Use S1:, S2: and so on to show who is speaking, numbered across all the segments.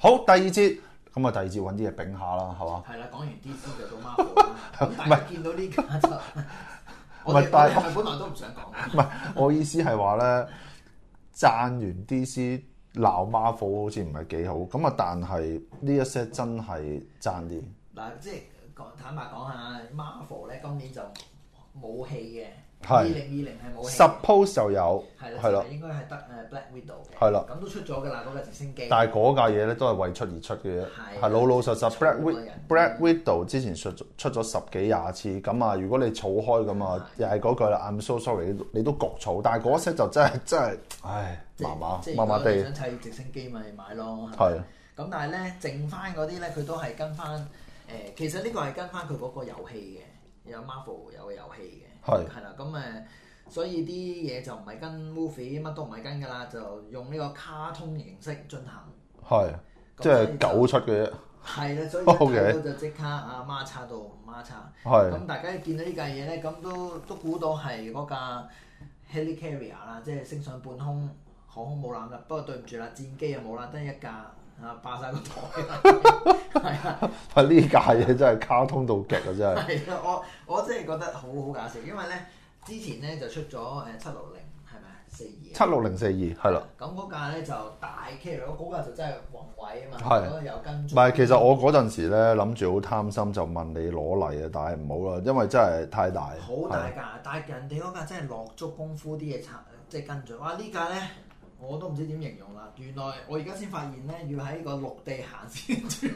S1: 第二節咁啊，第二節揾啲嘢丙下啦，係 嘛？
S2: 係啦，講完 DC 就到 Marvel 啦。咁但係見到呢家就，我
S1: 唔係
S2: 哋
S1: 但係
S2: 我哋本來都唔想講啊
S1: 唔
S2: 嘅。
S1: 係，我意思係話咧，贊完 DC 鬧 Marvel 好似唔係幾好，咁啊，但係呢一 set 真係爭啲，
S2: 嗱，即係講坦白講下，Marvel 咧今年就冇戲嘅。
S1: 係
S2: 二零二零係冇戲嘅。
S1: suppose 就有，
S2: 係啦，
S1: 係
S2: 就
S1: 啦
S2: 係，應該係得誒呃 Black Widow 嘅。
S1: 係啦
S2: 咁都出咗㗎啦，嗰架直升機。
S1: 但係嗰架嘢咧都係為出而出嘅嘢，
S2: 係
S1: 係老老實實。
S2: 儲
S1: Black
S2: 個
S1: Wid
S2: 人
S1: Black Widow 之前出咗出咗十幾廿次，咁啊，如果你儲開咁啊，又係嗰句啦，I'm so sorry，你都你都焗儲，但係嗰 set 就真係真係，唉，
S2: 即係
S1: 麻麻
S2: 即係
S1: 麻麻
S2: 如果
S1: 地，
S2: 你想砌直升機咪買咯。係咪
S1: 係
S2: 咁但係咧，剩翻嗰啲咧，佢都係跟翻誒、其實呢個係跟翻佢嗰個遊戲嘅，有 Marvel 有個遊戲嘅，
S1: 係
S2: 係啦，咁誒、所以啲嘢就唔係跟 movie 乜都唔係跟㗎啦，就用呢個卡通形式進行，
S1: 係，
S2: 咁
S1: 即
S2: 所以
S1: 係
S2: 就
S1: 狗出嘅嘢，
S2: 係啦，所以一
S1: OK
S2: 睇到就即刻啊孖叉到孖叉，
S1: 係。
S2: 咁大家見到呢架嘢咧，咁都都估到係嗰架 Helicarrier 啦，即係升上半空航空母艦啦。不過對唔住啦，戰機又冇啦，得一架啊霸晒個台 啦，係啊。
S1: 係呢架嘢真係卡通到極啊！真係
S2: 係啊，我我真係覺得好好搞笑，因為咧之前咧就出咗誒七六零係咪啊四二
S1: 七六零四二係啦。，
S2: 咁嗰架咧就大 carry，嗰架就真係宏偉啊嘛，
S1: 係
S2: 嗰個有跟
S1: 唔
S2: 蹤。
S1: 係，其實我嗰陣時咧諗住好貪心，就問你攞嚟啊，但係唔好啦，因為真係太大。
S2: 好大架，但係人哋嗰架真係落足功夫啲嘢拆，即係跟進。哇！呢架咧我都唔知點形容啦。原來我而家先發現咧，要喺個陸地行先 轉，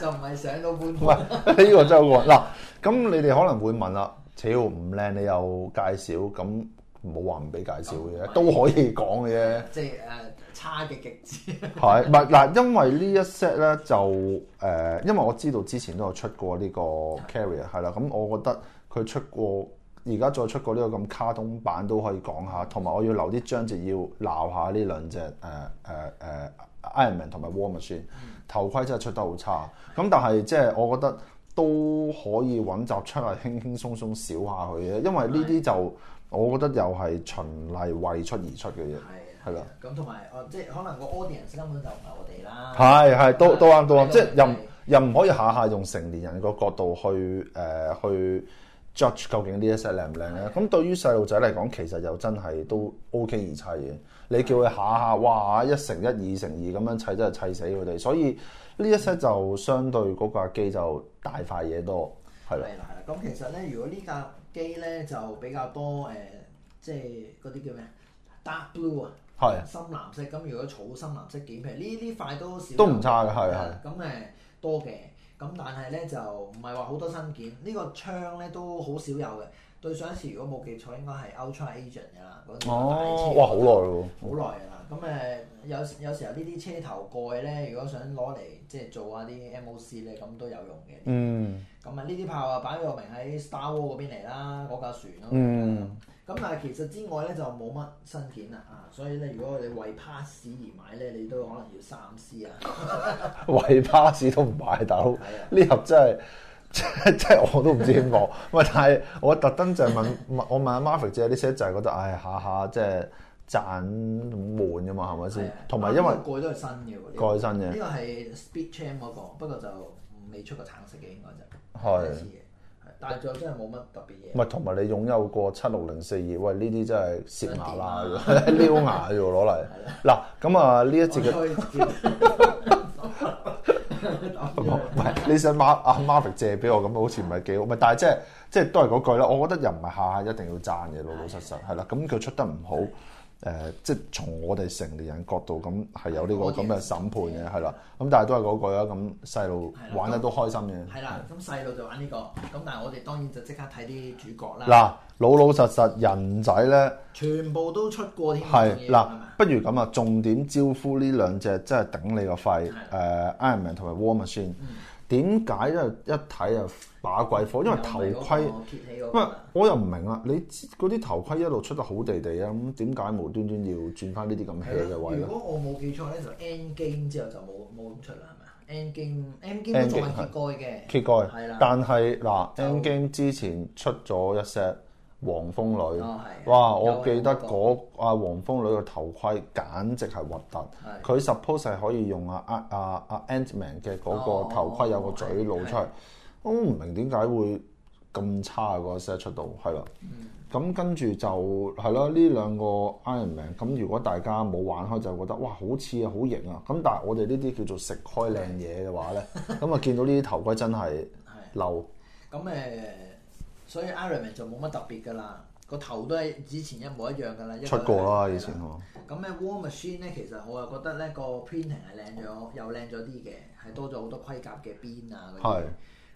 S2: 就唔係上到半
S1: 唔
S2: 空
S1: 係。 呢個真係好惡嗱。咁你哋可能會問啦，超唔靚你又介紹，咁冇話唔俾介紹嘅，
S2: 咁
S1: 都可以講嘅啫。
S2: 即係誒、呃差嘅極致。
S1: 係，唔係嗱，因為呢一 set 咧就誒、呃因為我知道之前都有出過呢個 carrier 係啦，咁我覺得佢出過，而家再出過呢個咁卡通版都可以講下，同埋我要留啲章節要鬧下呢兩隻誒誒呃誒呃 Iron Man 同埋 War Machine 頭盔真係出得好差，咁但係即係我覺得都可以揾集出嚟輕輕鬆鬆笑下佢嘅，因為呢啲就我覺得又係循例為出而出嘅嘢，
S2: 係啊
S1: 係啦。
S2: 咁同埋哦，即係可能個 audience 根本就唔係我哋啦。
S1: 係係，都都啱都啱，即係
S2: 任
S1: 任。又唔可以下下用成年人個角度去誒、呃去 judge 究竟呢一 set 靚唔靚咧？咁對於細路仔嚟講，其實又真係都 OK 而砌嘅。你叫佢下下哇一乘一二乘二咁樣砌，真係砌死佢哋。所以呢一 set 就相對嗰架機就大塊嘢多，係
S2: 係
S1: 啦
S2: 啦，係啦。咁其實咧，如果呢架機咧就比較多誒、呃即係嗰啲叫咩 dark blue 啊，
S1: 係
S2: 深藍色。咁如果草深藍色幾皮，呢呢塊都少。
S1: 都唔差嘅，係係
S2: 啦。咁誒多嘅，咁但係咧就唔係話好多新件。呢、個槍咧都好少有嘅。對上一次如果冇記錯，應該係 Ultra Agent 嘅啦。嗰陣時
S1: 哦
S2: 大，
S1: 哇好耐咯
S2: 好耐㗎啦。咁誒有時有時候呢啲車頭蓋咧，如果想攞嚟即係做下啲 MOC 咧，咁都有用嘅。
S1: 嗯
S2: 咁啊呢啲炮啊擺到明喺 Star War 嗰邊嚟啦，嗰架船咯。
S1: 嗯
S2: 咁但係其實之外咧就冇乜新件啦啊，所以咧如果你為 pass 而買咧，你都可能要三思啊。
S1: 為巴士都唔買，大佬。
S2: 係啊，
S1: 呢盒真係 真係真係我都唔知點講。喂，但係我特登就係問，問我問阿 Marvin 姐啲 set 就係覺得，唉下下即係賺悶噶嘛，係咪
S2: 係啊
S1: 先？同埋因為
S2: 呢個蓋都係新嘅喎，呢個
S1: 蓋新
S2: 呢
S1: 嘅
S2: 個係 Speed Cham 嗰個，不過就未出過橙色嘅應該就
S1: 係
S2: 第一次嘅，係但係就真係冇乜特別嘢。
S1: 唔係同埋你擁有過七六零四二，喂呢啲真係蝕牙啦，
S2: 想
S1: 撩牙要攞嚟。嗱咁啊呢一節嘅。啊唔 係，你想 Mar 阿 Marvin 借俾我咁，好似唔係幾好。咪但係即係即係都係嗰句啦。我覺得又唔係下下一定要讚嘅，老老實實係啦。咁佢出得唔好，誒、即係從我哋成年人角度咁係有呢個
S2: 我哋
S1: 咁嘅審判嘅，係啦。咁但係都係嗰句啦。咁細路
S2: 係啦
S1: 玩得都開心嘅。
S2: 係啦，咁細路就玩呢、個，咁但係我哋當然就即刻睇啲主角啦。
S1: 嗱，老老實實人仔咧
S2: 全部都出過添，仲
S1: 係
S2: 要
S1: 嗱
S2: 係咪，
S1: 不如咁啊，重點招呼呢兩隻真係頂你個肺誒、Iron Man 同埋 War Machine。點
S2: 嗯
S1: 解因為一睇就把鬼火？因為頭盔。
S2: 又咪嗰個揭起嗰個
S1: 喂
S2: 啦，
S1: 我又唔明啦，你知嗰啲頭盔一路出得好地地啊，咁點解無端端要轉翻呢啲咁 hea
S2: 係
S1: 嘅
S2: 咯
S1: 位
S2: 如
S1: 咧？
S2: 果我冇記錯咧，就 End Game 之後就冇冇咁出啦，係咪 e n d Game，End Game 都仲係揭蓋嘅，
S1: 揭蓋
S2: 係啦，
S1: 但係嗱
S2: 就
S1: ，Endgame 之前出咗一 set 黃蜂女。
S2: 哦係
S1: 哇！
S2: 有
S1: 我記得
S2: 有
S1: 嗰啊黃蜂女個頭盔簡直係核突。
S2: 係
S1: 佢 suppose 係可以用啊啊啊啊 Antman 嘅嗰
S2: 哦
S1: 個頭盔有個嘴露出
S2: 係
S1: 嚟，我唔明點解會咁差啊個 set 出到，係啦。
S2: 嗯
S1: 咁跟住就係咯，呢兩個 Iron Man，咁如果大家冇玩開就覺得哇好似啊好型啊，咁但係我哋呢啲叫做食開靚嘢嘅話 咧，咁啊見到呢啲頭盔真係
S2: 係。
S1: 漏，
S2: 咁誒，所以 Iron Man 就冇乜特別㗎啦，個頭都係之前一模一樣㗎啦。一個
S1: 出過啦
S2: 係
S1: 以前我
S2: 咁咧 War Machine 咧，其實我又覺得咧個 printing 係靚咗，又靚咗啲嘅，係多咗好多盔甲嘅邊啊嗰啲
S1: 係。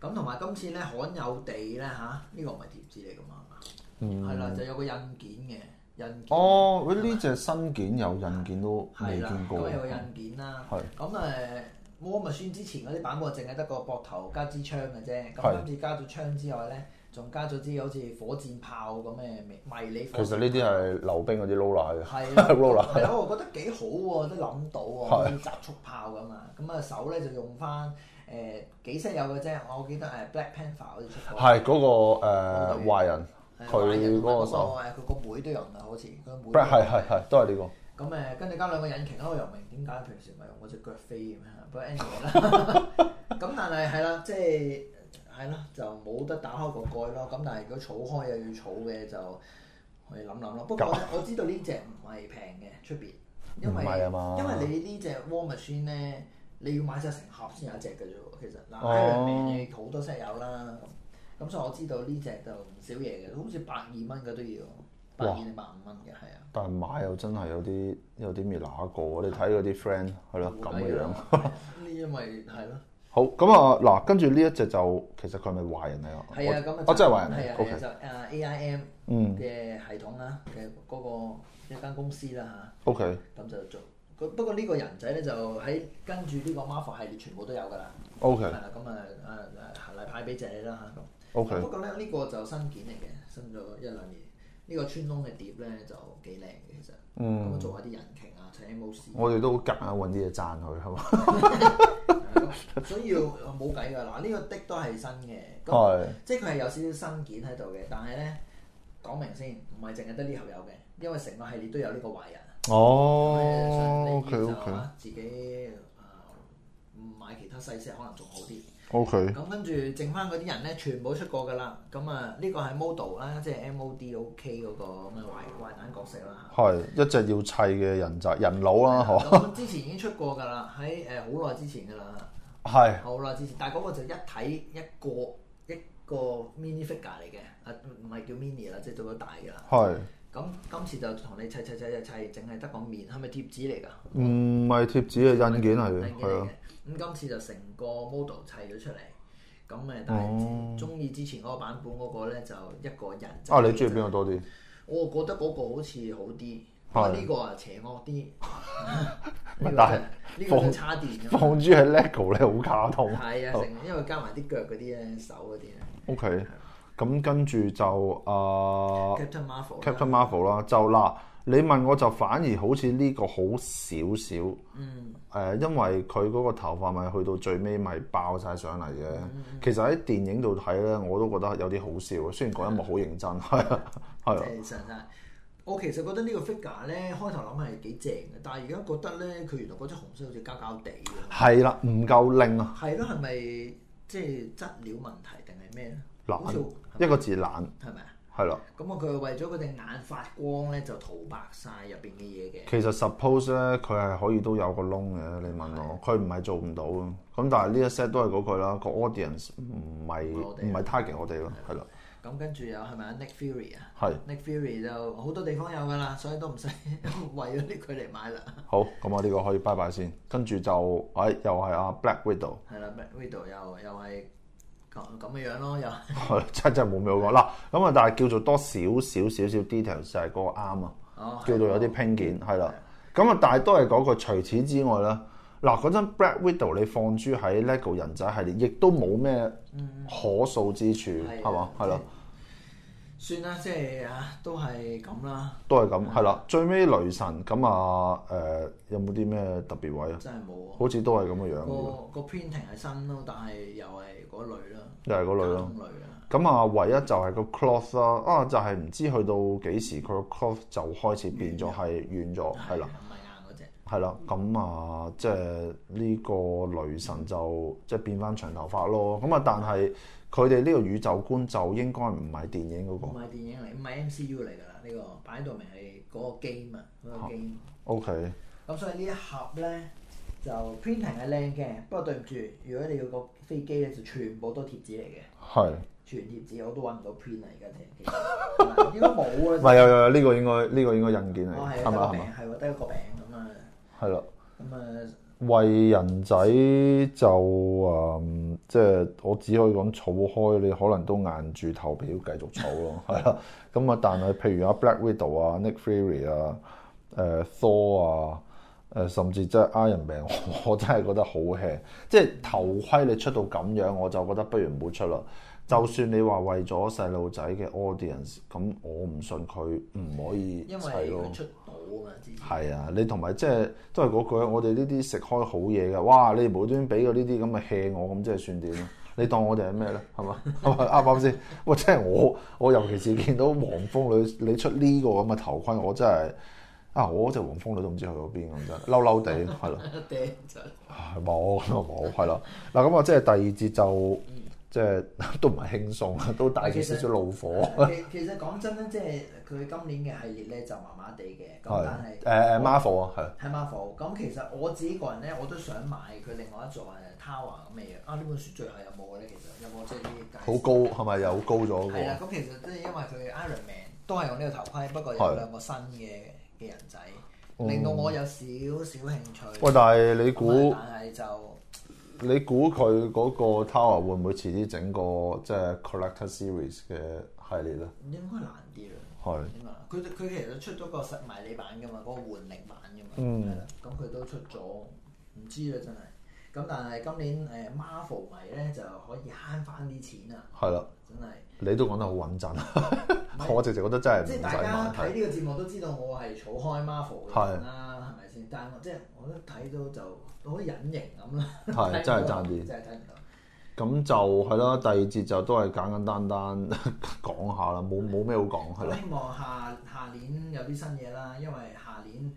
S2: 咁同埋今次咧罕有地咧吓，呢、個唔係貼紙嚟㗎嘛，係嘛？係啦、就有個印件嘅印件。
S1: 嗯哦，喂呢隻新件有印件都未
S2: 係啦，
S1: 見
S2: 咁
S1: 過，
S2: 有個印件啦。
S1: 係
S2: 咁誒，War Machine 之前嗰啲版本淨係得個膊頭加支槍嘅啫。咁
S1: 係
S2: 今次加咗槍之外咧，仲加咗支好似火箭炮咁嘅迷你
S1: 其
S2: 火
S1: 實
S2: 箭。
S1: 呢啲係溜冰嗰啲撈奶嘅。
S2: 係啦，
S1: Roller
S2: 係啊咯，我覺得幾好喎，都諗到喎，好似集束炮咁啊。咁啊手咧就用翻誒幾式有嘅啫。我記得誒 Black Panther 好似出過。
S1: 係嗰、個誒、呃、
S2: 嗰個
S1: 壞人，
S2: 係
S1: 佢嗰個手
S2: 誒佢個妹都用啊，好似佢個妹
S1: 不
S2: 都
S1: 係
S2: 用。
S1: 係係係都係呢、個。
S2: 咁誒，跟住加兩個引擎啦，我又唔明點解平時咪用嗰只腳飛嘅咩？不過 anyway 啦， 咁但係係啦，即係係啦，就冇得打開個蓋咯。咁但係如果儲開又要儲嘅，就可以諗諗咯。不過我我知道呢只唔係平嘅出邊，因為
S1: 唔係啊嘛
S2: 因為你呢只 War Machine 咧，你要買晒成盒先有一隻嘅啫喎。其實嗱
S1: 哦
S2: Iron Man 你好多 set 有啦，咁咁所以我知道呢只就唔少嘢嘅，好似百二蚊嘅都要，百二
S1: 哇
S2: 定百五蚊嘅係啊。
S1: 但係買又真係有啲有啲未拿過，你睇嗰啲 friend 係咯咁嘅樣。
S2: 啊呢因為係咯，
S1: 好咁啊嗱，跟住呢一隻就其實佢係咪壞人嚟啊？
S2: 係啊，咁啊，
S1: 我真係壞人嚟。
S2: 係啊係啊，
S1: OK，
S2: 就啊 AIM
S1: 嗯
S2: 嘅系統啦，嘅嗰個一間公司啦
S1: ，OK，
S2: 吓，咁就做。佢不過呢個人仔咧就喺跟住呢個 Marvel 系列全部都有㗎啦，係
S1: OK，
S2: 啦，咁啊誒誒行禮派俾謝你啦吓。咁
S1: OK
S2: 不過咧呢個就新件嚟嘅，新咗一兩年。呢個穿窿嘅碟咧就幾靚嘅其實，
S1: 嗯
S2: 咁啊做下啲引擎啊，請 M.O.C。
S1: 我哋都好夾硬揾啲嘢讚佢係嘛？
S2: 所以要呃冇計㗎嗱，呢、個的都係新嘅，咁
S1: 係
S2: 即係佢係有少少新件喺度嘅，但係咧講明先，唔係淨係得呢盒有嘅，因為成個系列都有呢個壞人。
S1: 哦
S2: 咁咧所以你啊就
S1: ，OK
S2: 啊自己誒唔買其他細隻可能仲好啲。
S1: OK OK，
S2: 咁跟住剩翻嗰啲人咧，全部出過㗎啦。咁啊，呢個係 model 啦，即係 MODOK 嗰個咁嘅壞壞蛋角色啦。
S1: 係一隻要砌嘅人仔人佬啦，嗬，
S2: 咁之前已經出過㗎啦，喺呃誒好耐之前㗎啦。
S1: 係
S2: 好啦，之前，但係嗰個就一睇一個一個 mini figure 嚟嘅，啊唔係叫 mini 啦，即係做咗大嘅啦。
S1: 係
S2: 咁今次就同你砌砌砌砌砌，淨係得個面，係咪貼紙嚟㗎？
S1: 唔係貼紙嘅印件
S2: 係
S1: 係
S2: 嘅
S1: 係啊。
S2: 咁今次就成個 model 砌咗出嚟。咁誒，但係中意之前嗰個版本嗰個咧，就一個人。
S1: 啊，嗯你中意邊個？多啲？
S2: 我覺得嗰個好似好啲，不過
S1: 係
S2: 呢個啊邪惡啲。
S1: 唔係
S2: 呢個
S1: 但係
S2: 呢個就
S1: 放
S2: 差電㗎嘛。
S1: 放豬喺 LEGO 咧，好卡通。
S2: 係啊，成因為加埋啲腳嗰啲咧，手嗰啲咧
S1: O K，咁跟住就啊
S2: ，Captain Marvel 啦
S1: Captain Marvel 啦，就嗱，你問我就反而好似呢個好少少，誒、
S2: 嗯
S1: 因為佢嗰個頭髮咪去到最尾咪爆晒上嚟嘅。其實喺電影度睇咧，我都覺得有啲好笑嘅，雖然嗰一幕好認真，係啊，係
S2: 即
S1: 啊，
S2: 係上山。我其實覺得呢個 figure 咧，開頭諗係幾正嘅，但係而家覺得咧，佢原來嗰隻紅色好似膠膠地嘅。
S1: 係啦，唔夠靚啊，
S2: 係咯，係咪即係質料問題定係咩咧？好似
S1: 懶一個字懶，
S2: 係咪啊？
S1: 係啦。
S2: 咁啊，佢為咗佢隻眼發光咧，就塗白晒入邊嘅嘢嘅。
S1: 其實 suppose 咧，佢係可以都有個窿嘅。你問我，佢唔係做唔到嘅。咁但係呢一 set 都係嗰句啦，個 audience 唔係
S2: 我哋啊
S1: 唔係 target 我哋咯，係啦，
S2: 咁跟住又係咪啊？Nick Fury 啊
S1: 係
S2: ？Nick Fury 就好多地方有㗎啦，所以都唔使 為咗呢佢嚟買啦。
S1: 好。咁我呢個可以拜拜先，跟住就誒、哎又係啊 Black Widow，
S2: 係啦，Black Widow 又又係咁咁嘅樣咯，又
S1: 係真真係冇咩好講嗱。咁啊，但係叫做多少少少少 details 就係嗰個啱啊，
S2: 哦
S1: 叫做有啲拼件係啦。咁啊，但係都係嗰句。除此之外啦，嗱嗰陣 Black Widow 你放諸喺 LEGO 人仔系列，亦都冇咩可數之處
S2: 嗯係啊
S1: 係嘛？係咯。
S2: 算啦，即係啊，都係咁啦，
S1: 都係咁，係啦。最尾雷神咁啊，誒、有冇啲咩特別位啊？
S2: 真係冇喎。
S1: 好似都係咁嘅樣嘅喎，
S2: 個個 printing 係新咯，但係又係嗰類啦，
S1: 又係嗰類咯。
S2: 卡通類啦。
S1: 咁啊，唯一就係個 cloth 啦，啊就係、唔知去到幾時佢個 cloth 就開始變咗係軟咗，哦係啦，
S2: 啊，唔嗯係硬嗰只。
S1: 係啦。咁啊，即係呢個雷神就即係變翻長頭髮咯。咁啊，但係佢哋呢個宇宙觀就應該唔係電影嗰、
S2: 唔
S1: 個。
S2: 係電影嚟，唔係 MCU 嚟㗎啦，呢、個擺到明係嗰個 game 啊，嗰、
S1: 哦
S2: 個 game。
S1: O K，
S2: 咁所以呢一盒咧就 printing 係靚嘅，不過對唔住，如果你要個飛機咧，就全部都貼紙嚟嘅，
S1: 係。
S2: 全貼紙我都揾唔到 print 啊，而
S1: 唔
S2: 家隻機應該冇啊。
S1: 係有有有呢、個應該呢、個應該印件嚟
S2: 哦，
S1: 嘅，
S2: 係
S1: 係咪係
S2: 得個餅
S1: 咪？，
S2: 係喎，得一個餅咁啊，
S1: 係啦，
S2: 咁啊，
S1: 為人仔就誒、嗯即係我只可以講儲開，你可能都硬住頭皮要繼續儲咯， 係啦。咁啊，但係譬如啊 Black Widow 啊、Nick Fury 啊、誒、Thor 啊。誒甚至即係 Iron Man，我 真係覺得好 hea。即係頭盔你出到咁樣，我就覺得不如唔好出啦。就算你話為咗細路仔嘅 audience，咁我唔信佢唔可以
S2: 因為
S1: 砌咯
S2: 佢。出到啊嘛，之前
S1: 係啊，你同埋即係都係嗰句，啊我哋呢啲食開好嘢嘅，哇！你無端端俾個呢啲咁嘅 hea 我，咁即係算點咧？你當我哋係咩咧？係嘛？ 係咪啱唔啱先？喂，即係我我尤其是見到黃蜂女，你出呢個咁嘅頭盔，我真係啊！我嗰只黃蜂女都唔知去咗邊咁真係，嬲嬲地係咯。
S2: 掟咗。
S1: 唉冇咁啊冇係咯。嗱咁啊，即係第二節就即係 都唔係輕鬆啊， 都帶住少少怒火。
S2: 其其實講真咧，即係佢今年嘅系列咧就麻麻地嘅，咁
S1: 係
S2: 但
S1: 誒誒
S2: 係。
S1: Marvel 啊，係
S2: 喺 Marvel，咁其實我自己個人咧，我都想買佢另外一座誒 Tower 咁嘅嘢。啊，呢本書最後有冇嘅咧？其實有冇即係呢啲介
S1: 好
S2: 紹？
S1: 高係咪又高咗嗰個
S2: 係啊啦，咁其實即係因為佢 Iron Man 都係用呢個頭盔，不過有
S1: 啊係哦
S2: 兩個新嘅嘅人仔，令到我有少少興趣。
S1: 喂，但係你
S2: 咁
S1: 估
S2: 啊但係就
S1: 你估佢嗰個 Tower 會唔會遲啲整個即係 Collector Series 嘅系列咧？
S2: 應該難啲啦。
S1: 係
S2: 點啊？佢佢其實出咗個實迷你版噶嘛，嗰、個換力版噶嘛，
S1: 嗯
S2: 係啦、咁佢都出咗，唔知啦真係。咁但係今年誒、Marvel 迷咧就可以慳翻啲錢啊！
S1: 係啦，
S2: 真係，
S1: 你都講得好穩
S2: 係
S1: 陣，我直直覺得真係唔
S2: 即
S1: 使
S2: 係大家睇
S1: 買。
S2: 呢個節目都知道我係儲開 Marvel 嘅人啦，係咪先？但係我即係我都睇到就好隱形咁啦，
S1: 係
S2: 睇唔
S1: 真係
S2: 到
S1: 爭啲
S2: 真係睇唔到。
S1: 咁就係啦，第二節就都係簡簡單單 講下啦，冇冇咩好講係
S2: 我
S1: 啦。
S2: 希望下下年有啲新嘢啦，因為下年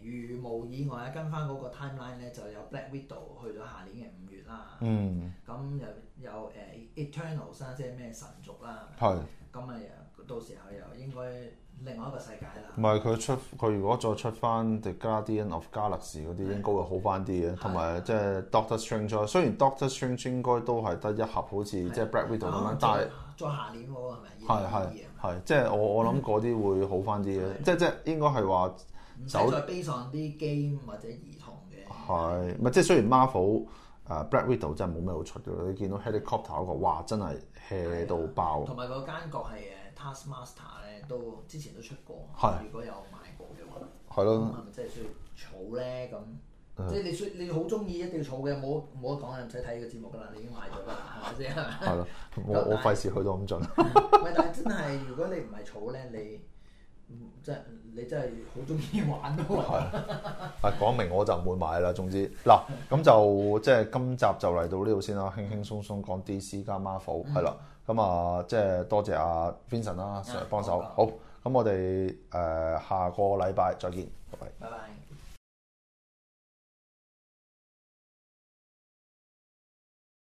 S2: 誒、如無意外啊，跟翻嗰個 timeline 咧就有 Black Widow 去咗下年嘅五月啦，
S1: 嗯，
S2: 咁又有誒、Eternals 呃啦，即係咩神族啦，
S1: 係。
S2: 咁咪到時候又應該另外一個世界啦
S1: 唔。係佢出佢如果再出翻 The Guardian of Galaxy 嗰啲，應該會好翻啲嘅，同埋即係 Doctor Strange 啊。雖然 Doctor Strange 應該都係得一盒，好似嗯即係 Black Widow 咁樣，但係
S2: 再啊再下年喎係咪？
S1: 係係
S2: 啊
S1: 係，即係我我諗嗰啲會好翻啲嘅，即係即係應該係話
S2: 係，唔使再悲上啲 game 或者兒童嘅。
S1: 係，唔係即係雖然 Marvel 誒 Black Widow 真係冇咩好出嘅，你見到 Helicopter 嗰個，哇真係 hea 到爆，
S2: 同埋嗰間角係誒 Taskmaster 咧，都之前都出過。
S1: 係
S2: 如果有買過嘅話，
S1: 係
S2: 咁
S1: 咯，
S2: 係咪真係需要儲咧？
S1: 嗯
S2: 咁即係你需你好中意一定要儲嘅，冇冇得講啦，唔使睇呢個節目㗎啦，你已經買咗㗎啦，係咪先？
S1: 係咯，我我費事去到咁盡，
S2: 喂，但係真係如果你唔係儲咧，你嗯即係你真係好中意玩 咯。
S1: 啊講明我就唔會買啦。總之嗱，咁就即係今集就嚟到呢度先啦，輕輕鬆鬆講 DC 加 Marvel 係啦，咁啊即係多謝阿 Vincent 呃啦，幫手，好，咁我哋誒下個禮拜再見，拜拜。
S2: 拜拜。